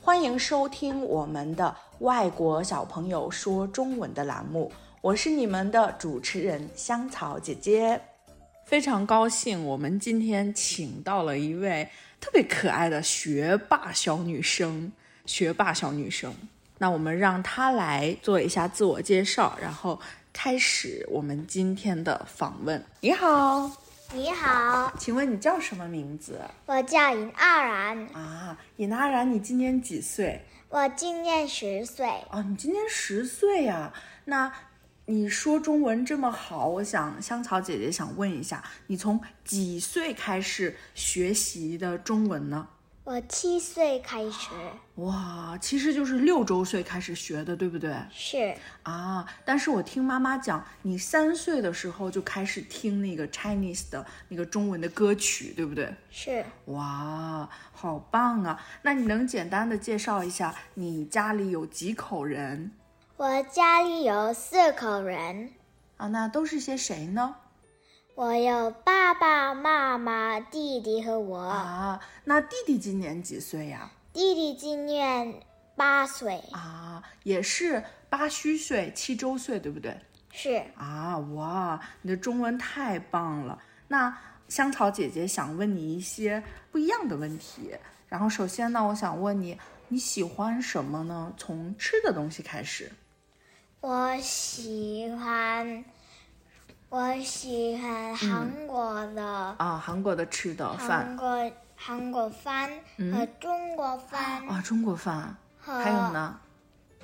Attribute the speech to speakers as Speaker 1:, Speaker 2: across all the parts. Speaker 1: 欢迎收听我们的外国小朋友说中文的栏目，我是你们的主持人香草姐姐。非常高兴，我们今天请到了一位特别可爱的学霸小女生，学霸小女生。那我们让她来做一下自我介绍，然后开始我们今天的访问。你好，
Speaker 2: 你好，
Speaker 1: 请问你叫什么名字
Speaker 2: 我叫尹傲然，
Speaker 1: 啊？尹阿然，你今年几岁？
Speaker 2: 我今年十岁。
Speaker 1: 哦，你今年十岁呀、那你说中文这么好，我想香草姐姐想问一下，你从几岁开始学习的中文呢？
Speaker 2: 我七岁开始，
Speaker 1: 哇，其实就是六周岁开始学的，对不对？
Speaker 2: 是
Speaker 1: 啊，但是我听妈妈讲，你三岁的时候就开始听那个 Chinese 的那个中文的歌曲，对不对？
Speaker 2: 是，
Speaker 1: 哇，好棒啊！那你能简单的介绍一下你家里有几口人？
Speaker 2: 我家里有四口人，
Speaker 1: 啊，那都是些谁呢？
Speaker 2: 我有爸爸妈妈、弟弟和我。
Speaker 1: 啊，那弟弟今年几岁呀？
Speaker 2: 弟弟今年八岁，
Speaker 1: 啊，也是八虚岁、七周岁，对不对？
Speaker 2: 是
Speaker 1: 啊，哇，你的中文太棒了！那香草姐姐想问你一些不一样的问题。然后首先呢，我想问你，你喜欢什么呢？从吃的东西开始。
Speaker 2: 我喜欢，我喜欢韩国的、
Speaker 1: 啊，韩国的吃的
Speaker 2: 韩
Speaker 1: 饭
Speaker 2: 国韩国饭和中国饭
Speaker 1: 啊，中国饭，还有呢，啊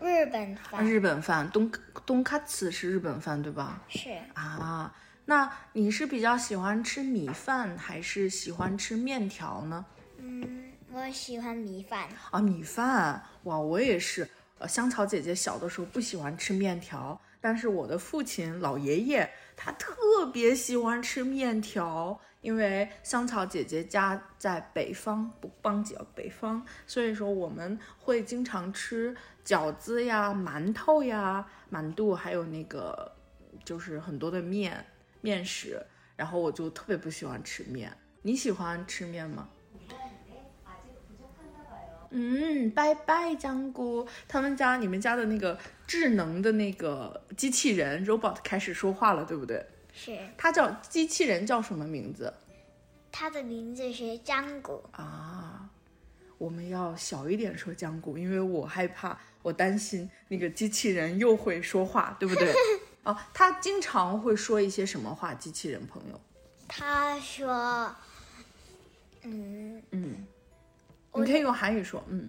Speaker 2: 日本呃饭，
Speaker 1: 日本饭，东东卡츠是日本饭对吧？
Speaker 2: 是
Speaker 1: 啊，那你是比较喜欢吃米饭还是喜欢吃面条呢？
Speaker 2: 嗯，我喜欢米饭。
Speaker 1: 啊，米饭，哇，我也是。呃，香草姐姐小的时候不喜欢吃面条，但是我的父亲老爷爷他特别喜欢吃面条，因为香草姐姐家在北方，不邦姐北方，所以说我们会经常吃饺子呀、馒头呀、馒肚，还有那个就是很多的面面食，然后我就特别不喜欢吃面。你喜欢吃面吗？嗯，拜拜，江姑。他们家、你们家的那个智能的那个机器人 robot 开始说话了，对不对？
Speaker 2: 是，
Speaker 1: 它叫机器人叫什么名字
Speaker 2: 他的名字是张古。
Speaker 1: 啊？我们要小一点说江姑，因为我害怕，我担心那个机器人又会说话，对不对？哦，它经常会说一些什么话？机器人朋友，
Speaker 2: 他说：“嗯，
Speaker 1: 嗯，你
Speaker 2: 我
Speaker 1: 可以用韩语说，嗯。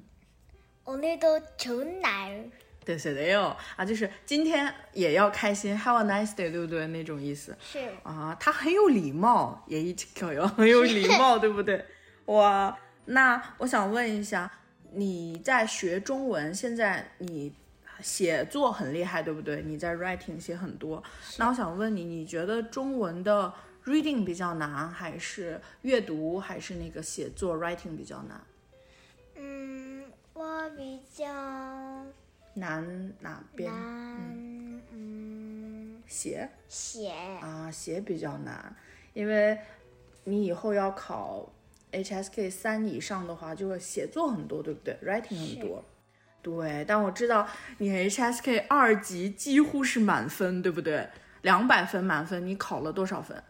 Speaker 2: 我那都穷奶，
Speaker 1: 对，是的哟啊，就是今天也要开心，Have a nice day，对不对？那种意思。
Speaker 2: 是
Speaker 1: 啊，他很有礼貌，也一直搞有 很有礼貌，对不对？哇，那我想问一下，你在学中文，现在你写作很厉害，对不对？你在 writing 写很多，那我想问你，你觉得中文的 reading 比较难，还是阅读，还是那个写作 writing 比较难？
Speaker 2: 嗯，我比较
Speaker 1: 难哪边？
Speaker 2: 难，嗯，
Speaker 1: 写
Speaker 2: 写
Speaker 1: 啊，写比较难，因为你以后要考 HSK 三以上的话，就会写作很多，对不对？writing 很多。对，但我知道你 HSK 二级几乎是满分，对不对？两百分满分，你考了多少分？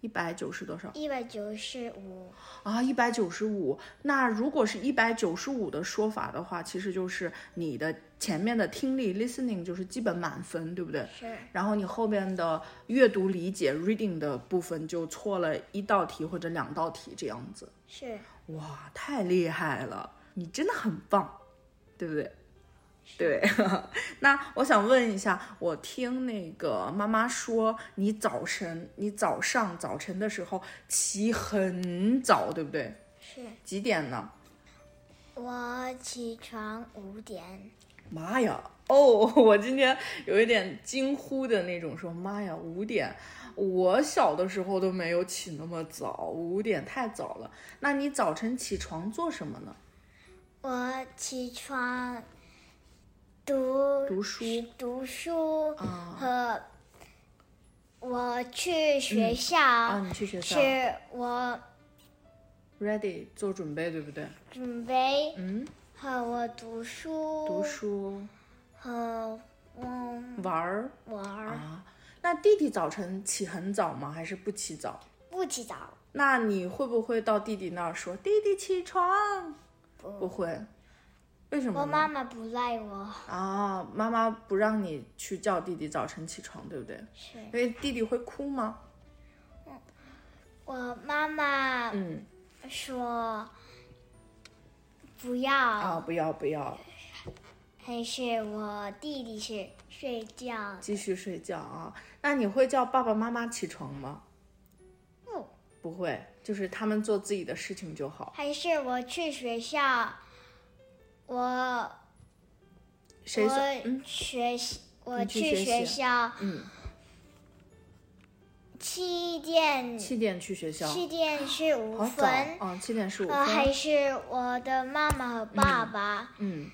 Speaker 1: 一百九十多少
Speaker 2: 一百九十五，
Speaker 1: 啊？一百九十五。那如果是一百九十五的说法的话，其实就是你的前面的听力 listening 就是基本满分，对不对？
Speaker 2: 是
Speaker 1: 然后你后面的阅读理解 reading 的部分就错了一道题或者两道题这样子。
Speaker 2: 是
Speaker 1: 哇，太厉害了，你真的很棒，对不对？对， 那我想问一下，我听那个妈妈说，你早晨，你早上早晨的时候起很早，对不对？
Speaker 2: 是，
Speaker 1: 几点呢？
Speaker 2: 我起床五点，
Speaker 1: 妈呀！哦， 我今天有一点惊呼的那种，说妈呀，五点，我小的时候都没有起那么早，五点太早了。那你早晨起床做什么呢？
Speaker 2: 我起床读
Speaker 1: 读书啊
Speaker 2: 读书和我去学校，
Speaker 1: 啊，你去学校
Speaker 2: 是我
Speaker 1: ，ready 做准备，对不对？
Speaker 2: 准备
Speaker 1: 嗯
Speaker 2: 和我读书，
Speaker 1: 读书、
Speaker 2: 和我
Speaker 1: 玩儿
Speaker 2: 玩儿，
Speaker 1: 啊。那弟弟早晨起很早吗？还是不起早？
Speaker 2: 不起早，
Speaker 1: 那你会不会到弟弟那儿说“弟弟起床”？不会，为什么
Speaker 2: 我
Speaker 1: 呢？
Speaker 2: 妈妈不赖我，
Speaker 1: 啊，妈妈不让你去叫弟弟早晨起床，对不对？
Speaker 2: 是
Speaker 1: 因为弟弟会哭吗？
Speaker 2: 我妈妈
Speaker 1: 嗯，
Speaker 2: 说不要，
Speaker 1: 啊，不要不要，
Speaker 2: 还是我弟弟是睡觉，
Speaker 1: 继续睡觉啊。那你会叫爸爸妈妈起床吗？
Speaker 2: 不，
Speaker 1: 不会，就是他们做自己的事情就好。
Speaker 2: 还是我去学校，我
Speaker 1: 谁说？嗯
Speaker 2: 我学习，我
Speaker 1: 你去
Speaker 2: 去
Speaker 1: 学
Speaker 2: 学
Speaker 1: 习
Speaker 2: 校
Speaker 1: 嗯，
Speaker 2: 七点
Speaker 1: 七点去学校，
Speaker 2: 七点是五
Speaker 1: 好早
Speaker 2: 分，
Speaker 1: 啊，七点十五
Speaker 2: 呃，还
Speaker 1: 分。
Speaker 2: 是我的妈妈和爸爸
Speaker 1: 嗯，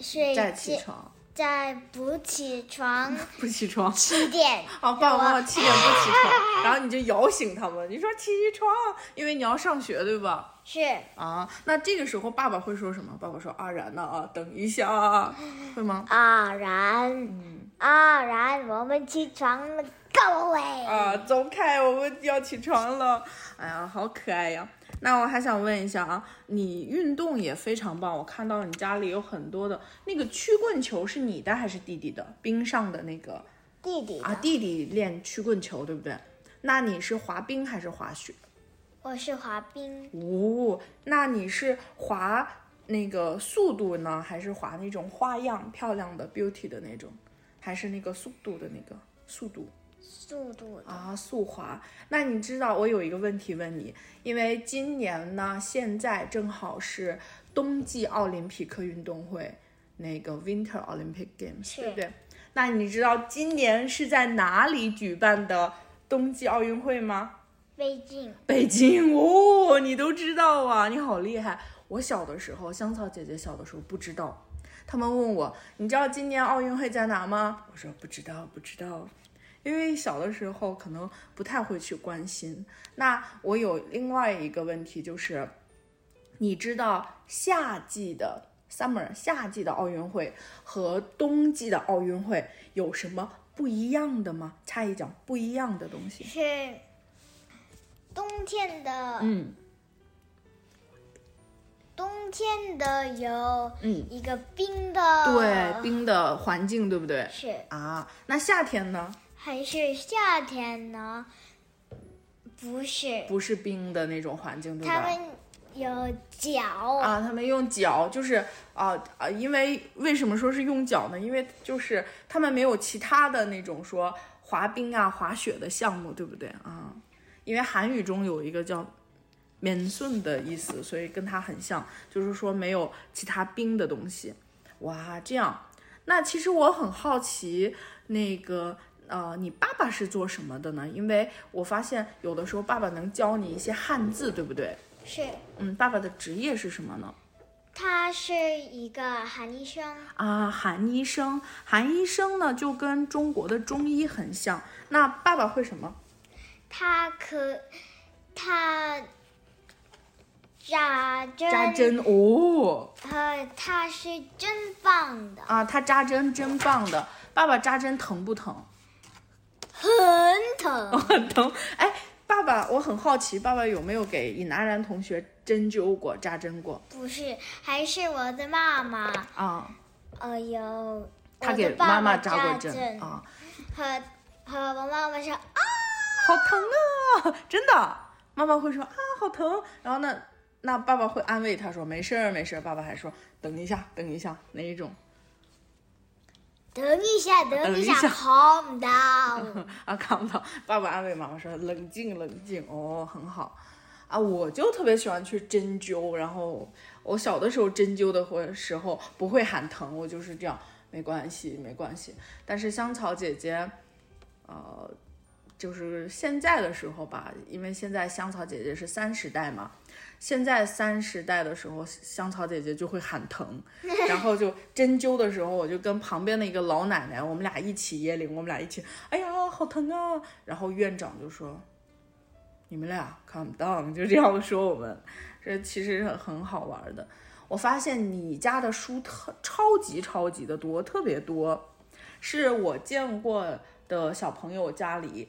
Speaker 2: 睡
Speaker 1: 再
Speaker 2: 觉，
Speaker 1: 起床，
Speaker 2: 在不起床
Speaker 1: 不起 床。
Speaker 2: 七点，
Speaker 1: 啊，爸爸妈妈七点不起床，然后你就摇醒他们，你说起床，因为你要上学，对吧？
Speaker 2: 是
Speaker 1: 啊，那这个时候爸爸会说什么？爸爸说啊，然呐啊，等一下啊，会吗？
Speaker 2: 啊然
Speaker 1: 嗯
Speaker 2: 啊然，我们起床了，各位，
Speaker 1: 啊，走开，我们要起床了。哎呀，好可爱呀！那我还想问一下啊，你运动也非常棒，我看到你家里有很多的那个曲棍球，是你的还是弟弟的？冰上的那个
Speaker 2: 弟弟
Speaker 1: 啊，
Speaker 2: 的，
Speaker 1: 弟弟练曲棍球，对不对？那你是滑冰还是滑雪？
Speaker 2: 我是滑冰，
Speaker 1: 哦，那你是滑那个速度呢，还是滑那种花样漂亮的 beauty 的那种，还是那个速度的那个速度
Speaker 2: 速度的，
Speaker 1: 啊速滑？那你知道我有一个问题问你，因为今年呢，现在正好是冬季奥林匹克运动会，那个 Winter Olympic Games，
Speaker 2: 是
Speaker 1: 对不对？那你知道今年是在哪里举办的冬季奥运会吗？
Speaker 2: 微镜，
Speaker 1: 北京哦，你都知道啊，你好厉害！我小的时候，香草姐姐小的时候不知道，他们问我，你知道今年奥运会在哪吗？我说不知道，不知道，因为小的时候可能不太会去关心。那我有另外一个问题就是，你知道夏季的 summer 夏季的奥运会和冬季的奥运会有什么不一样的吗？差一讲不一样的东西。
Speaker 2: 是冬天的，
Speaker 1: 嗯。
Speaker 2: 冬天的有
Speaker 1: 嗯
Speaker 2: 一个冰的，
Speaker 1: 对，冰的环境，对不对？
Speaker 2: 是
Speaker 1: 啊，那夏天呢？
Speaker 2: 还是夏天呢？不是，
Speaker 1: 不是冰的那种环境，对吧？
Speaker 2: 他们有脚，
Speaker 1: 啊，他们用脚，就是啊啊、因为为什么说是用脚呢？因为就是他们没有其他的那种说滑冰啊、滑雪的项目，对不对啊？因为韩语中有一个叫“免顺”的意思，所以跟它很像，就是说没有其他冰的东西。哇，这样，那其实我很好奇，那个呃，你爸爸是做什么的呢？因为我发现有的时候爸爸能教你一些汉字，对不对？
Speaker 2: 是
Speaker 1: 嗯，爸爸的职业是什么呢？
Speaker 2: 他是一个韩医生，
Speaker 1: 啊，韩医生，韩医生呢就跟中国的中医很像。那爸爸会什么？
Speaker 2: 他可他扎针，
Speaker 1: 扎针哦，
Speaker 2: 呃，他是真棒的，
Speaker 1: 啊，他扎针真棒的。爸爸扎针疼不疼？
Speaker 2: 很疼，
Speaker 1: 很疼。哎，爸爸，我很好奇，爸爸有没有给尹南然同学针灸过、扎针过
Speaker 2: 不是，还是我的妈妈，
Speaker 1: 啊？
Speaker 2: 呃，有
Speaker 1: 他
Speaker 2: 我
Speaker 1: 给
Speaker 2: 的
Speaker 1: 妈
Speaker 2: 爸
Speaker 1: 妈
Speaker 2: 爸
Speaker 1: 扎过
Speaker 2: 针，
Speaker 1: 针啊，
Speaker 2: 和和我妈妈说
Speaker 1: 好疼啊！真的，妈妈会说啊，好疼。然后呢，那爸爸会安慰他说没事儿，没事儿。爸爸还说等一下，等一下，哪一种？
Speaker 2: 等一下，
Speaker 1: 等
Speaker 2: 等
Speaker 1: 一
Speaker 2: 一
Speaker 1: 下
Speaker 2: 下，calm down。
Speaker 1: 啊，看不到。爸爸安慰妈妈说：“冷静，冷静。”哦，很好。啊，我就特别喜欢去针灸，然后我小的时候针灸的会时候不会喊疼，我就是这样，没关系，没关系。但是香草姐姐，呃，就是现在的时候吧，因为现在香草姐姐是三十代嘛，现在三十代的时候，香草姐姐就会喊疼，然后就针灸的时候，我就跟旁边的一个老奶奶，我们俩一起耶灵，我们俩一起，哎呀，好疼啊！然后院长就说：“你们俩 calm down。”就这样说我们。这其实是很好玩的。我发现你家的书特超级超级的多，特别多，是我见过的小朋友家里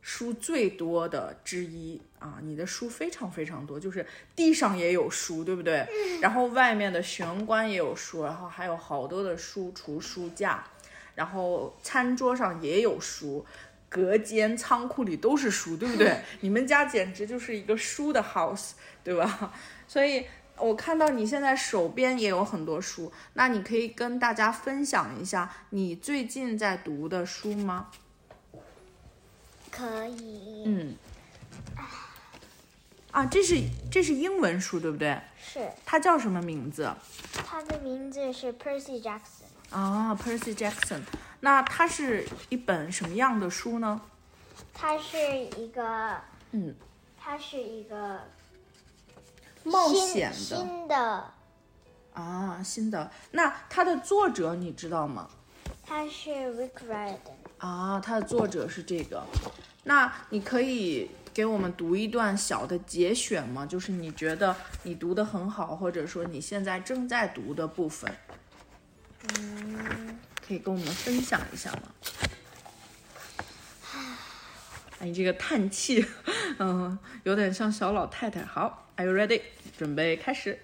Speaker 1: 书最多的之一啊！你的书非常非常多，就是地上也有书，对不对？然后外面的玄关也有书，然后还有好多的书橱、书架，然后餐桌上也有书。隔间、仓库里都是书，对不对？你们家简直就是一个书的 house，对吧？所以我看到你现在手边也有很多书，那你可以跟大家分享一下你最近在读的书吗？
Speaker 2: 可以，
Speaker 1: 嗯，啊，这是这是英文书，对不对？
Speaker 2: 是
Speaker 1: 它叫什么名字？
Speaker 2: 他的名字是 Percy Jackson，
Speaker 1: 啊，Percy Jackson。那它是一本什么样的书呢？
Speaker 2: 他是一个，
Speaker 1: 嗯，
Speaker 2: 他是一个
Speaker 1: 冒
Speaker 2: 新
Speaker 1: 险的
Speaker 2: 新的，
Speaker 1: 啊，新的。那它的作者你知道吗？
Speaker 2: 他是 Rick Riordan，
Speaker 1: 啊，它的作者是这个。那你可以给我们读一段小的节选吗？就是你觉得你读的很好，或者说你现在正在读的部分，可以跟我们分享一下吗？哎，你这个叹气， 嗯，有点像小老太太。好，Are you ready？准备开始。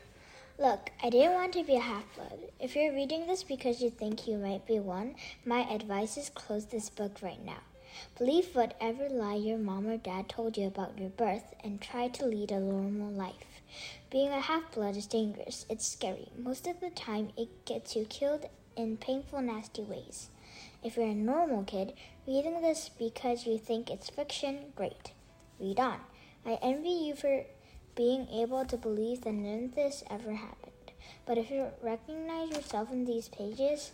Speaker 2: Look, I didn't want to be a half blood. If you're reading this because you think you might be one, my advice is close this book right now. Believe whatever lie your mom or dad told you about your birth and try to lead a normal life. Being a half blood is dangerous, it's scary. Most of the time, it gets you killed in painful, nasty ways. If you're a normal kid, reading this because you think it's fiction, great. Read on. I envy you for being able to believe that none of this ever happened. But if you recognize yourself in these pages,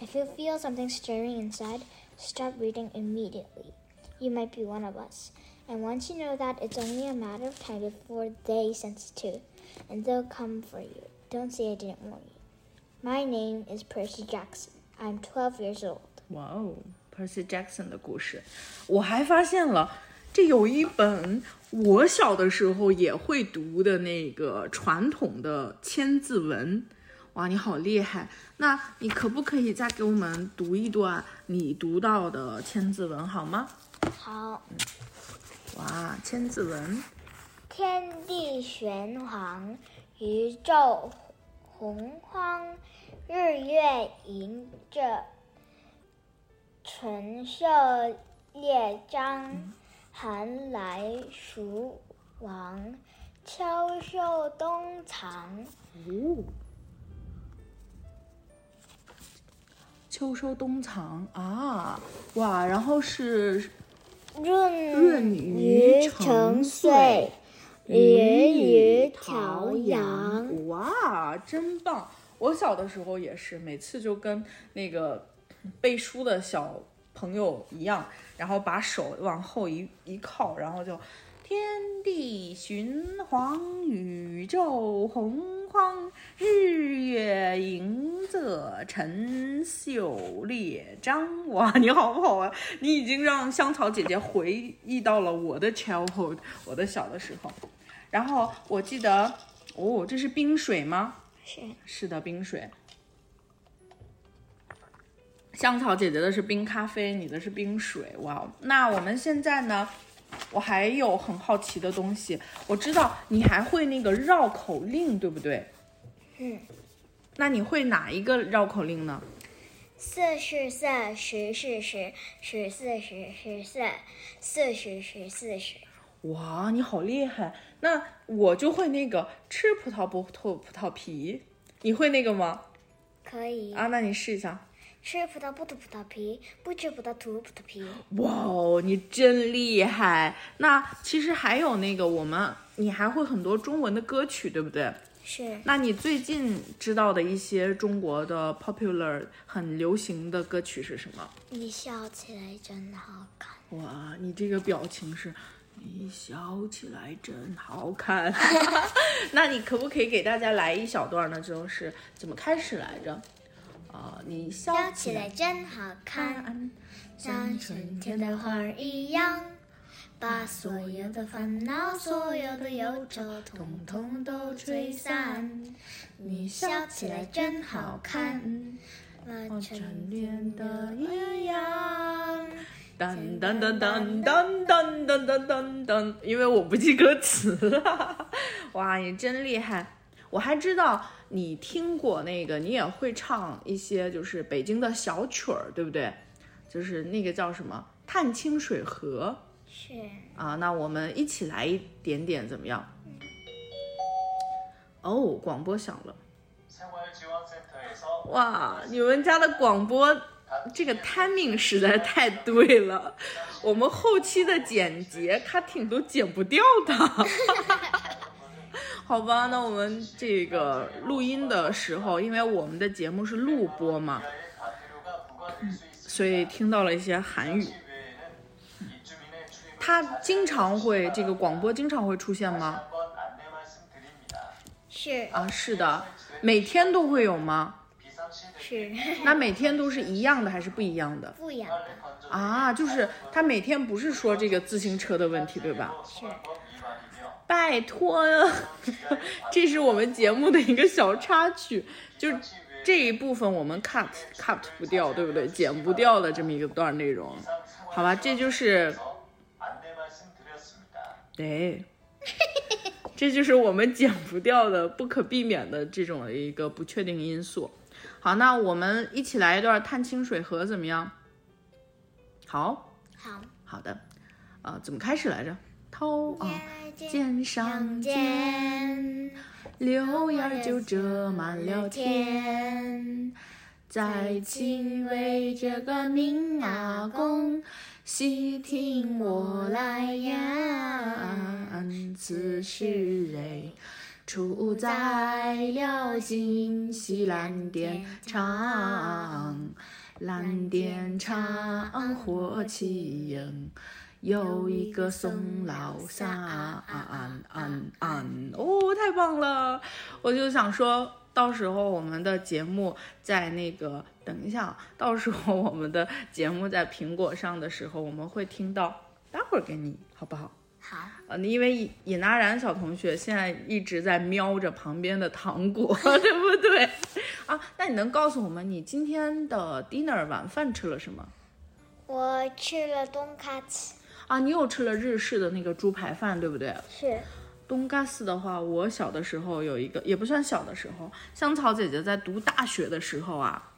Speaker 2: if you feel something stirring inside, stop reading immediately. You might be one of us. And once you know that, it's only a matter of time before they sense it too. And they'll come for you. Don't say I didn't warn you. My name is Percy Jackson. I'm 12 years old.
Speaker 1: 哇哦，Percy Jackson 的故事，我还发现了，这有一本我小的时候也会读的那个传统的千字文。哇，你好厉害！那你可不可以再给我们读一段你读到的千字文好吗？
Speaker 2: 好。
Speaker 1: 哇，千字文，
Speaker 2: 天地玄黄，宇宙洪荒，日月盈仄，唇秀列张，寒来暑往，秋收冬藏，
Speaker 1: 哦，秋收冬藏啊，哇，然后是
Speaker 2: 润
Speaker 1: 润于
Speaker 2: 于
Speaker 1: 成
Speaker 2: 成
Speaker 1: 岁鱼
Speaker 2: 岁，鱼
Speaker 1: 与
Speaker 2: 与
Speaker 1: 朝
Speaker 2: 朝
Speaker 1: 阳，
Speaker 2: 阳
Speaker 1: 哇，真棒！我小的时候也是，每次就跟那个背书的小朋友一样，然后把手往后一一靠，然后就天地循环，宇宙洪荒，日月盈仄，辰宿列张。哇，你好不好啊？你已经让香草姐姐回忆到了我的 childhood，我的小的时候。然后我记得，哦，这是冰水吗？
Speaker 2: 是
Speaker 1: 是的，冰水。香草姐姐的是冰咖啡，你的是冰水，哇哦！那我们现在呢？我还有很好奇的东西，我知道你还会那个绕口令，对不对？
Speaker 2: 嗯。
Speaker 1: 那你会哪一个绕口令呢？
Speaker 2: 四是四，十是十，十四十十四，四十十四十。
Speaker 1: 哇，你好厉害！那我就会那个吃葡萄不吐葡萄皮，你会那个吗？
Speaker 2: 可以
Speaker 1: 啊，那你试一下。
Speaker 2: 吃葡萄不吐葡萄皮，不吃葡萄吐葡萄皮。
Speaker 1: 哇哦，你真厉害！那其实还有那个我们，你还会很多中文的歌曲，对不对？
Speaker 2: 是
Speaker 1: 那你最近知道的一些中国的 popular 很流行的歌曲是什么？
Speaker 2: 你笑起来真好看。
Speaker 1: 哇，你这个表情是，你笑起来真好看。 那你可不可以给大家来一小段呢？就是怎么开始来着？啊、你笑
Speaker 2: 笑
Speaker 1: 起
Speaker 2: 起
Speaker 1: 来
Speaker 2: 来真好看，
Speaker 1: 看，
Speaker 2: 像春天的花儿一样，把所有的烦恼、所有的忧愁，统统都吹散。你笑起来真好看，和成年哦的一样。
Speaker 1: 噔噔噔噔噔噔噔噔噔噔，因为我不记歌词了。 哇，你真厉害！我还知道你听过那个，你也会唱一些就是北京的小曲儿，对不对？就是那个叫什么《探清水河
Speaker 2: 是》
Speaker 1: 啊。那我们一起来一点点怎么样？哦，广播响了！
Speaker 3: 생활지원센터에서
Speaker 1: 哇，你们家的广播这个 timing 实在太对了，我们后期的剪辑 cutting 都剪不掉的。 好吧，那我们这个录音的时候，因为我们的节目是录播嘛，
Speaker 3: 이하의 과태료가 부과될 수 있습니다.
Speaker 1: 所以听到了一些韩语。
Speaker 3: 외에는 입주민의 출입을
Speaker 1: 它经常会这个广播经常会出现吗？
Speaker 3: 한번 안내 말씀드립니다.
Speaker 2: 是
Speaker 1: 啊，是的，每天都会有吗？
Speaker 3: 비상시
Speaker 2: 是
Speaker 3: 대피
Speaker 1: 那每天都是一样的还是不一样的？
Speaker 2: 不一样的，
Speaker 3: 건조대
Speaker 1: 啊，就是它每天不是说这个自行车的问题，对吧？
Speaker 3: 소환법 위반이며
Speaker 1: 拜托呀、这是我们节目的一个小插曲，就是这一部分我们 cut cut 不掉，对不对？剪不掉的这么一个段内容，
Speaker 3: 비상 생활
Speaker 1: 好吧？这就是，
Speaker 3: 안내 말씀드렸습니다.
Speaker 1: 对，这就是我们剪不掉的、不可避免的这种一个不确定因素。好，那我们一起来一段探清水河怎么样？好，
Speaker 2: 好。
Speaker 1: 好的，啊、怎么开始来着？偷
Speaker 2: 哦
Speaker 1: 啊，
Speaker 2: 见
Speaker 1: 肩上肩。
Speaker 2: 见，
Speaker 1: 柳叶儿就遮满了天，
Speaker 2: 天。
Speaker 1: 在一起为这个命啊共，细听我来言。此时谁处在了今夕蓝靛长？蓝靛长火起影，有一个宋老三。哦，太棒了！我就想说，到时候我们的节目在那个等一下啊，到时候我们的节目在苹果上的时候，我们会听到，待会儿给你好不好？
Speaker 2: 好，
Speaker 1: 呃，因为尹尹娜然小同学现在一直在瞄着旁边的糖果， 对不对？啊，那你能告诉我们你今天的 dinner 晚饭吃了什么？
Speaker 2: 我吃了东卡츠，
Speaker 1: 啊，你又吃了日式的那个猪排饭，对不对？
Speaker 2: 是
Speaker 1: 东嘎斯的话，我小的时候有一个，也不算小的时候，香草姐姐在读大学的时候啊，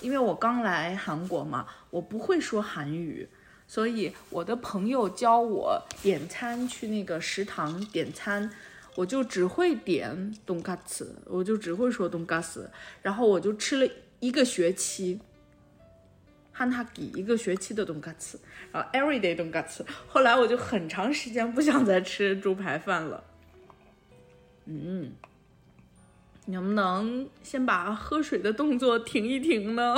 Speaker 1: 因为我刚来韩国嘛，我不会说韩语，所以我的朋友教我点餐，去那个食堂点餐，我就只会点东嘎斯，我就只会说东嘎斯，然后我就吃了一个学期。汉哈给一个学期的东嘎斯，然后啊 everyday 东嘎斯。后来我就很长时间不想再吃猪排饭了。嗯，你能不能先把喝水的动作停一停呢？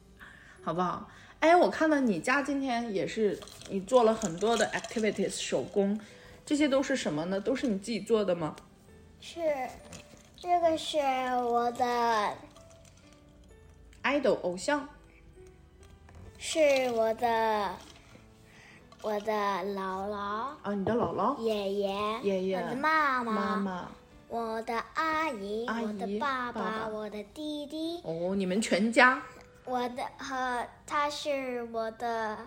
Speaker 1: 好不好？哎，我看到你家今天也是你做了很多的 activities 手工，这些都是什么呢？都是你自己做的吗？
Speaker 2: 是，这个是我的，
Speaker 1: idol 偶像
Speaker 2: 是我的，我的姥姥、
Speaker 1: 啊，你的姥姥、
Speaker 2: 爷爷、
Speaker 1: 爷爷
Speaker 2: 我的妈
Speaker 1: 妈妈。
Speaker 2: 我的阿姨、
Speaker 1: 阿姨
Speaker 2: 我的爸
Speaker 1: 爸爸
Speaker 2: 我的弟弟，
Speaker 1: 哦，你们全家
Speaker 2: 我的和他是我的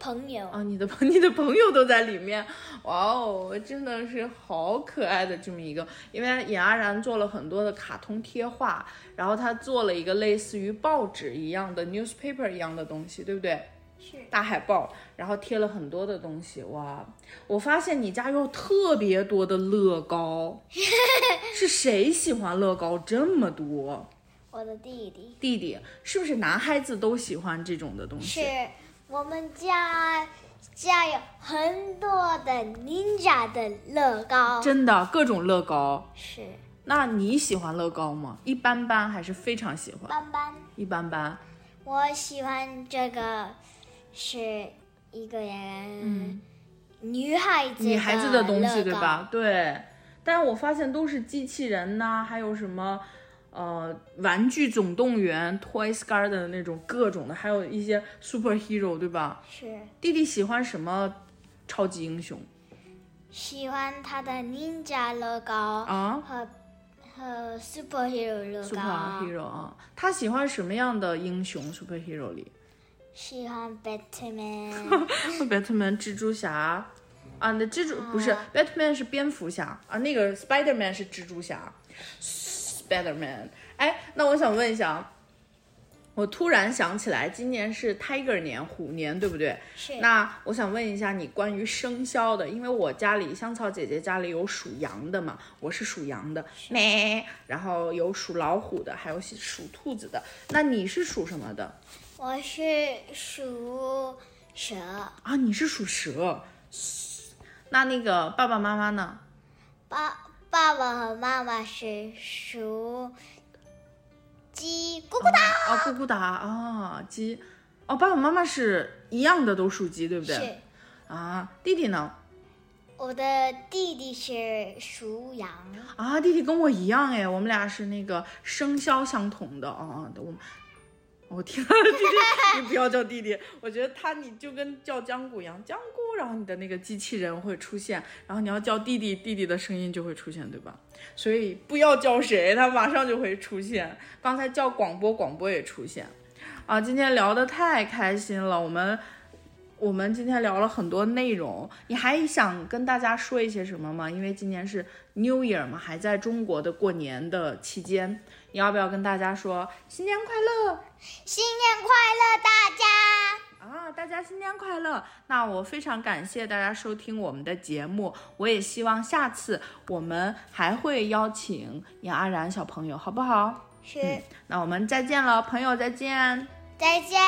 Speaker 2: 朋友。
Speaker 1: 啊，你的朋 你的朋友都在里面，哇哦，真的是好可爱的这么一个，因为尹阿然做了很多的卡通贴画，然后他做了一个类似于报纸一样的 newspaper 一样的东西，对不对？
Speaker 2: 是
Speaker 1: 大海报，然后贴了很多的东西，哇！我发现你家有特别多的乐高，是谁喜欢乐高这么多？
Speaker 2: 我的弟弟，
Speaker 1: 弟弟是不是男孩子都喜欢这种的东西？
Speaker 2: 是我们家家有很多的 ninja 的乐高，
Speaker 1: 真的各种乐高。
Speaker 2: 是
Speaker 1: 那你喜欢乐高吗？一般般还是非常喜欢？
Speaker 2: 斑斑。
Speaker 1: 一般般。
Speaker 2: 我喜欢这个是一个人，女孩子
Speaker 1: 嗯女孩子的东
Speaker 2: 乐
Speaker 1: 西对
Speaker 2: 高？
Speaker 1: 吧？对。但我发现都是机器人呐、还有什么呃《玩具总动员》（Toys Garden） 的那种各种的，还有一些 superhero，对吧？
Speaker 2: 是
Speaker 1: 弟弟喜欢什么超级英雄
Speaker 2: 喜欢他的 ninja 乐高
Speaker 1: 啊
Speaker 2: 和和 superhero 乐高，
Speaker 1: ？superhero 啊，他喜欢什么样的英雄？superhero 里
Speaker 2: 喜欢 Batman，
Speaker 1: ，Batman 蜘蛛侠啊，那蜘蛛不是 Batman 是蝙蝠侠啊，那个 Spiderman 是蜘蛛侠，Spiderman。哎，那我想问一下啊，我突然想起来，今年是 Tiger 年，虎年，对不对？
Speaker 2: 是
Speaker 1: 那我想问一下你关于生肖的，因为我家里香草姐姐家里有属羊的嘛，我是属羊的，咩， 然后有属老虎的，还有属兔子的。那你是属什么的
Speaker 2: 我是属蛇，
Speaker 1: 啊？你是属蛇。那那个爸爸妈妈呢？
Speaker 2: 爸爸爸和妈妈是属鸡，咕咕哒，
Speaker 1: 啊，咕咕哒啊，鸡。哦，爸爸妈妈是一样的，都属鸡，对不对？
Speaker 2: 是
Speaker 1: 啊，弟弟呢？
Speaker 2: 我的弟弟是属羊，
Speaker 1: 啊，弟弟跟我一样哎，我们俩是那个生肖相同的啊。我们，我、天啊，这个你不要叫弟弟，我觉得他你就跟叫江谷一样，江谷，然后你的那个机器人会出现，然后你要叫弟弟，弟弟的声音就会出现，对吧？所以不要叫谁，他马上就会出现。刚才叫广播，广播也出现。啊，今天聊得太开心了，我们。我们今天聊了很多内容，你还想跟大家说一些什么吗？因为今年是 New Year 嘛，还在中国的过年的期间，你要不要跟大家说新年快乐
Speaker 2: 新年快乐，大家！
Speaker 1: 啊？大家新年快乐！那我非常感谢大家收听我们的节目，我也希望下次我们还会邀请杨安然小朋友，好不好？
Speaker 2: 是，
Speaker 1: 那我们再见了，朋友再见。
Speaker 2: 再见。